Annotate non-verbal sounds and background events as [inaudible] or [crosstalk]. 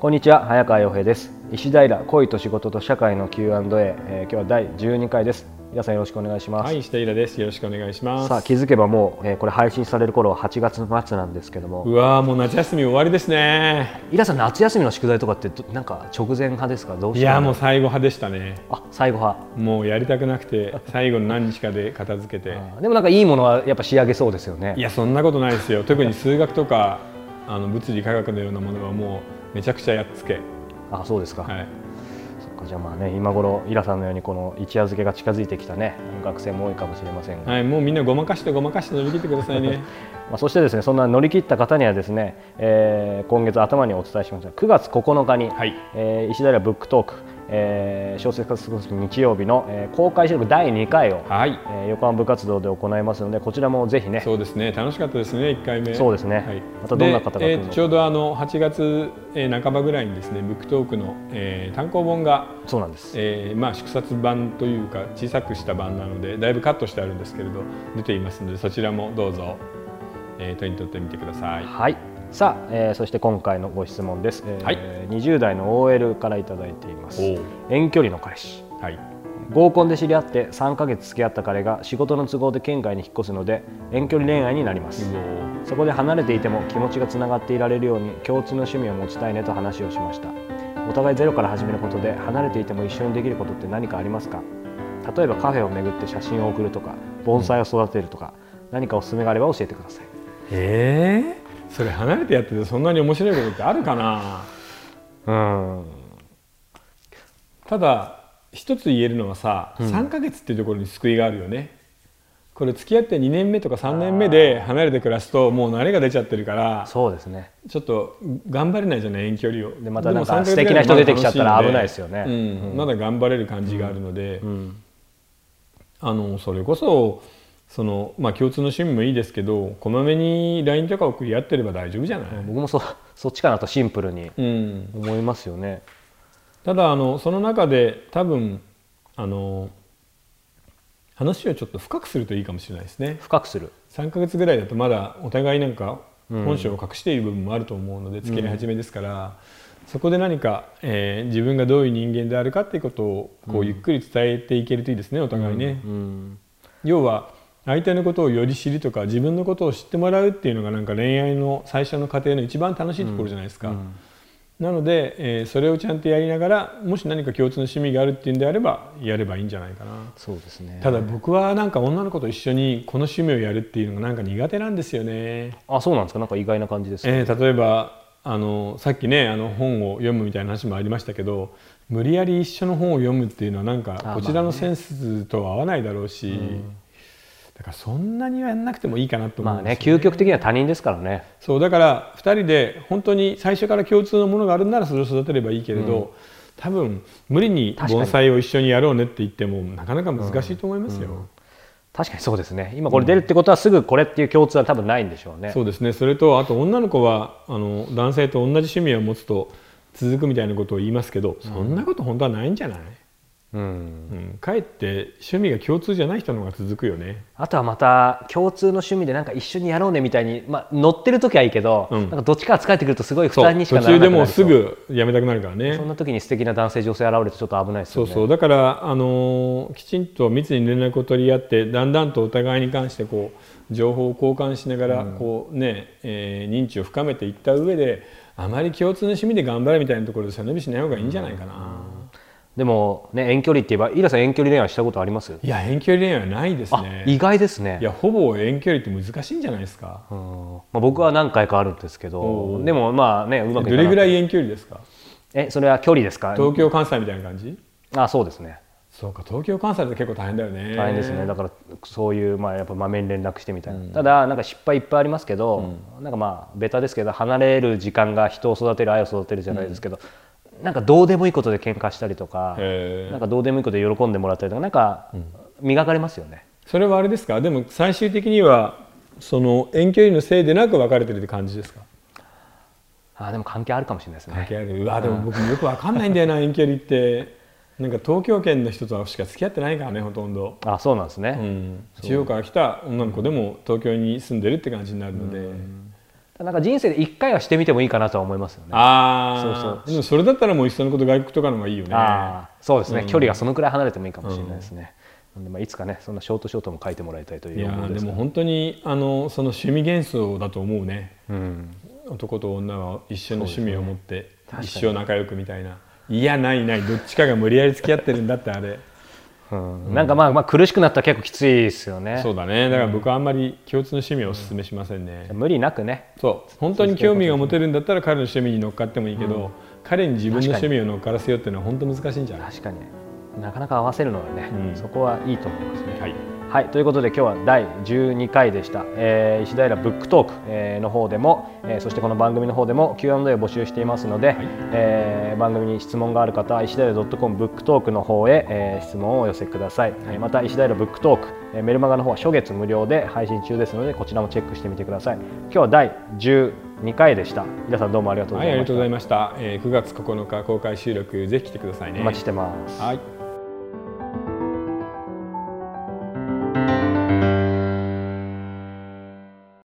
こんにちは早川洋平です石平恋と仕事と社会の Q&A、えー、今日は第12回です皆さんよろしくお願いします、はい、下平です。よろしくお願いします。さあ気づけばもう、えーこれ配信される頃は8月末なんですけどもうわーもう夏休み終わりですね。イラさん夏休みの宿題とかってどなんか直前派ですかどうしいてやーもう最後派でしたね。あ最後派もうやりたくなくて、最後の何日かで片付けて。あーでもなんかいいものはやっぱ仕上げそうですよねいや、そんなことないですよ。特に数学とか、あの物理科学のようなものはもうめちゃくちゃやっつけ。あそうですか、はい。そっかじゃあまあね今頃イラさんのようにこの一夜漬けが近づいてきたね学生も多いかもしれませんが、はい、もうみんなごまかしてごまかして乗り切ってくださ [laughs] いね。まあ、そしてですねそんな乗り切った方にはですね、えー今月頭にお伝えしました9月9日に、はいえー石平ブックトーク、えー小説活動日曜日の、えー公開収録第2回を、はいえ。ー横浜部活動で行いますのでこちらもぜひねそうですね。楽しかったですね。一回目。そうですねまたどんな方が来でるえのかーちょうどあの8月、えー半ばぐらいにですね、ブックトークの、えー単行本がそうなんです、えーまあ、縮刷版というか小さくした版なのでだいぶカットしてあるんですけれど出ていますのでそちらもどうぞ、えー手に取ってみてください。はいさあ、えーそして今回のご質問です、えーはい20代の OL からいただいていますおう遠距離の彼氏はい、合コンで知り合って3ヶ月付き合った彼が仕事の都合で県外に引っ越すので遠距離恋愛になります、そこで離れていても気持ちがつながっていられるように共通の趣味を持ちたいねと話をしましたお互いゼロから始めることで離れていても一緒にできることって何かありますか例えばカフェを巡って写真を送るとか盆栽を育てるとか、何かおすすめがあれば教えてくださいえー、それ離れてやっててそんなに面白いことってあるかなうんただ一つ言えるのはさ、3ヶ月っていうところに救いがあるよね。これ付き合って2年目とか3年目で離れて暮らすともう慣れが出ちゃってるからそうですねちょっと頑張れないじゃない遠距離をでまたなんかでも素敵な人出てきちゃったら3ヶ月ぐ危ないのですよねうんまだ頑張れる感じがあるので、うんあのそれこそその、まあ、共通の趣味もいいですけどこまめに LINE とか送り合ってれば大丈夫じゃない、僕もそそっちかなとシンプルにうん、思いますよねただあのその中で多分あの話をちょっと深くするといいかもしれないですね深くする3ヶ月ぐらいだとまだお互いなんか本性を隠している部分もあると思うので、付き合い始めですから、そこで何か、えー自分がどういう人間であるかっていうことをこうゆっくり伝えていけるといいですねお互いね、うん要は相手のことをより知るとか自分のことを知ってもらうっていうのがなんか恋愛の最初の過程の一番楽しいところじゃないですか、なので、えーそれをちゃんとやりながらもし何か共通の趣味があるっていうんであればやればいいんじゃないかなそうですねただ僕はなんか女の子と一緒にこの趣味をやるっていうのがなんか苦手なんですよね。あそうなんですかなんか意外な感じですえー例えばあのさっきねあの本を読むみたいな話もありましたけど無理やり一緒の本を読むっていうのはなんあかこちらのセンスとは合わないだろうし、だからそんなにはやんなくてもいいかなと思まうあんねですよ究極的には他人ですからねそうだから2人で本当に最初から共通のものがあるならそれを育てればいいけれど、多分無理に確かに盆栽を一緒にやろうねって言ってもなかなか難しいと思いますよ。確かにそうですね今これ出るってことはすぐこれっていう共通は多分ないんでしょうね、そうですねそれとあと女の子はあの男性と同じ趣味を持つと続くみたいなことを言いますけど、そんなこと本当はないんじゃない、うん、うん、かえって趣味が共通じゃない人の方が続くよねあとはまた共通の趣味でなんか一緒にやろうねみたいに、まあ、乗ってる時はいいけど、うんなんかどっちかが疲れてくるとすごい負そう担にしか途なら中なでくなもるうすとぐやめたくなるからねそんな時に素敵な男性女性現れるとちょっと危ないですそようねそうだから、あのーきちんと密に連絡を取り合ってだんだんとお互いに関してこう情報を交換しながら、こうねえー認知を深めていった上であまり共通の趣味で頑張れみたいなところで背伸びしない方がいいんじゃないかな。でも、ね、遠距離って言えばイラさん遠距離恋愛したことありますいや遠距離恋愛はないですあね。意外ですねいやほぼ遠距離って難しいんじゃないですか。うんまあ、僕は何回かあるんですけどおうでもまあねうまどくいかなれぐらいい遠距離ですか。えそれは距離ですか東京関西みたいな感じ？あそうですねそうか東京関西って結構大変だよね。大変ですね、だからそういう、まあ、やっぱまめに連絡してみたいな、ただなんか失敗いっぱいありますけど、なんかまあベタですけど離れる時間が人を育てる愛を育てるじゃないですけど、なんかどうでもいいことで喧嘩したりとか、へーなんかどうでもいいことで喜んでもらったりとかなんか磨かれますよね、それはあれですか。でも最終的にはその遠距離のせいでなく別れてるって感じですか。あーでも関係あるかもしれないです関ね係ある。うわでも僕よくわかんないんだ [laughs] よな遠距離って。なんか東京圏の人とはしか付き合ってないからねほとんど。あそうなんですね、うん、地方から来た女の子でも東京に住んでるって感じになるので、なんか人生で一回はしてみてもいいかなとは思いますよね。ああそうでもそれだったらもういっそのこと外国とかの方がいいよねああそうですね、うん距離がそのくらい離れてもいいかもしれないですね。なんでまあいつかねそんなショートショートも書いてもらいたいといいうや思いーでですねも本当にあのその趣味幻想だと思うねうん、男と女は一緒の趣味を持って確かに一生仲良くみたいないやないないどっちかが無理やり付き合ってるんだってあれうん、なんかまあまあ苦しくなったら結構きついですよねそうだねだから僕はあんまり共通の趣味をお勧めしませんね、無理なくねそう本当に興味が持てるんだったら彼の趣味に乗っかってもいいけど、彼に自分の確かに趣味を乗っからせようっていうのは本当難しいんじゃない確かになかなか合わせるのはね、うんそこはいいと思いますねはいはい、ということで今日は第12回でした、えー石平ブックトークえーの方でも、えーそしてこの番組の方でも Q&A を募集していますので、えー番組に質問がある方は石平 .com ブックトークの方へ、えー質問をお寄せください、えーまた石平ブックトーク、えーメルマガの方は初月無料で配信中ですのでこちらもチェックしてみてください今日は第12回でした皆さんどうもありがとうごはざい、あいりまがした、とうございました、えー9月9日公開収録ぜひ来てくださいねお待ちしてますはい